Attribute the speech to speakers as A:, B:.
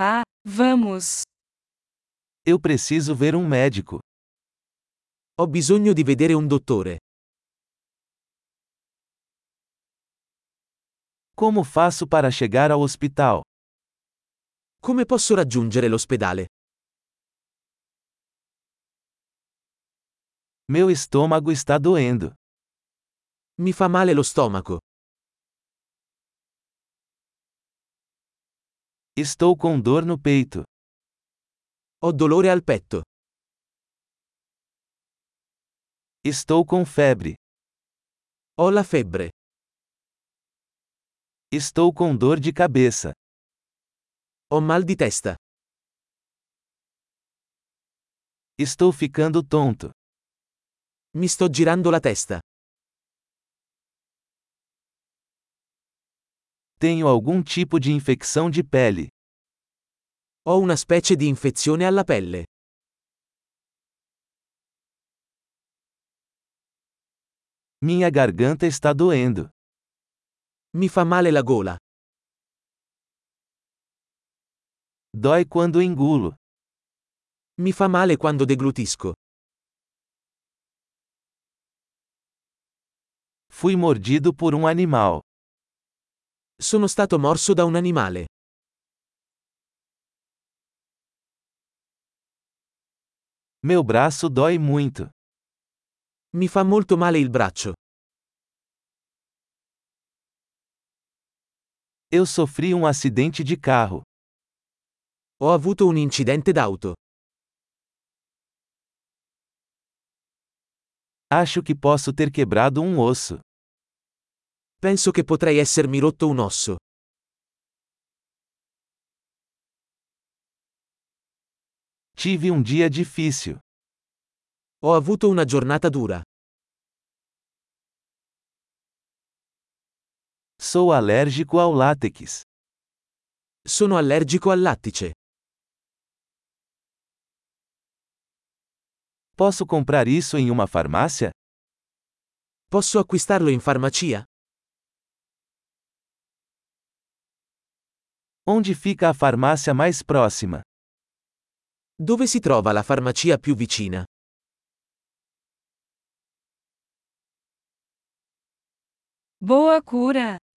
A: Ah, vamos.
B: Eu preciso ver um médico.
C: Ho bisogno di vedere un dottore.
B: Como faço para chegar ao hospital?
C: Come posso raggiungere l'ospedale?
B: Meu estômago está doendo.
C: Mi fa male lo stomaco.
B: Estou com dor no peito.
C: Ho dolore al petto.
B: Estou com febre.
C: Ho la febbre.
B: Estou com dor de cabeça.
C: Ho mal di testa.
B: Estou ficando tonto.
C: Mi sto girando la testa.
B: Tenho algum tipo de infecção de pele.
C: Ho una specie di infezione alla pelle.
B: Minha garganta está doendo.
C: Mi fa male la gola.
B: Dói quando engulo.
C: Mi fa male quando deglutisco.
B: Fui mordido por um animal.
C: Sono stato morso da un animale.
B: Meu braço dói muito.
C: Mi fa molto male il braccio.
B: Eu sofri um acidente de carro.
C: Ho avuto un incidente d'auto.
B: Acho que posso ter quebrado um osso.
C: Penso che potrei essermi rotto un osso.
B: Tive um dia difícil.
C: Ho avuto una giornata dura.
B: Sou alérgico ao látex.
C: Sono allergico al lattice.
B: Posso comprar isso em uma farmácia?
C: Posso acquistarlo in farmacia?
B: Onde fica a farmácia mais próxima?
C: Dove si trova la farmacia più vicina?
A: Boa cura!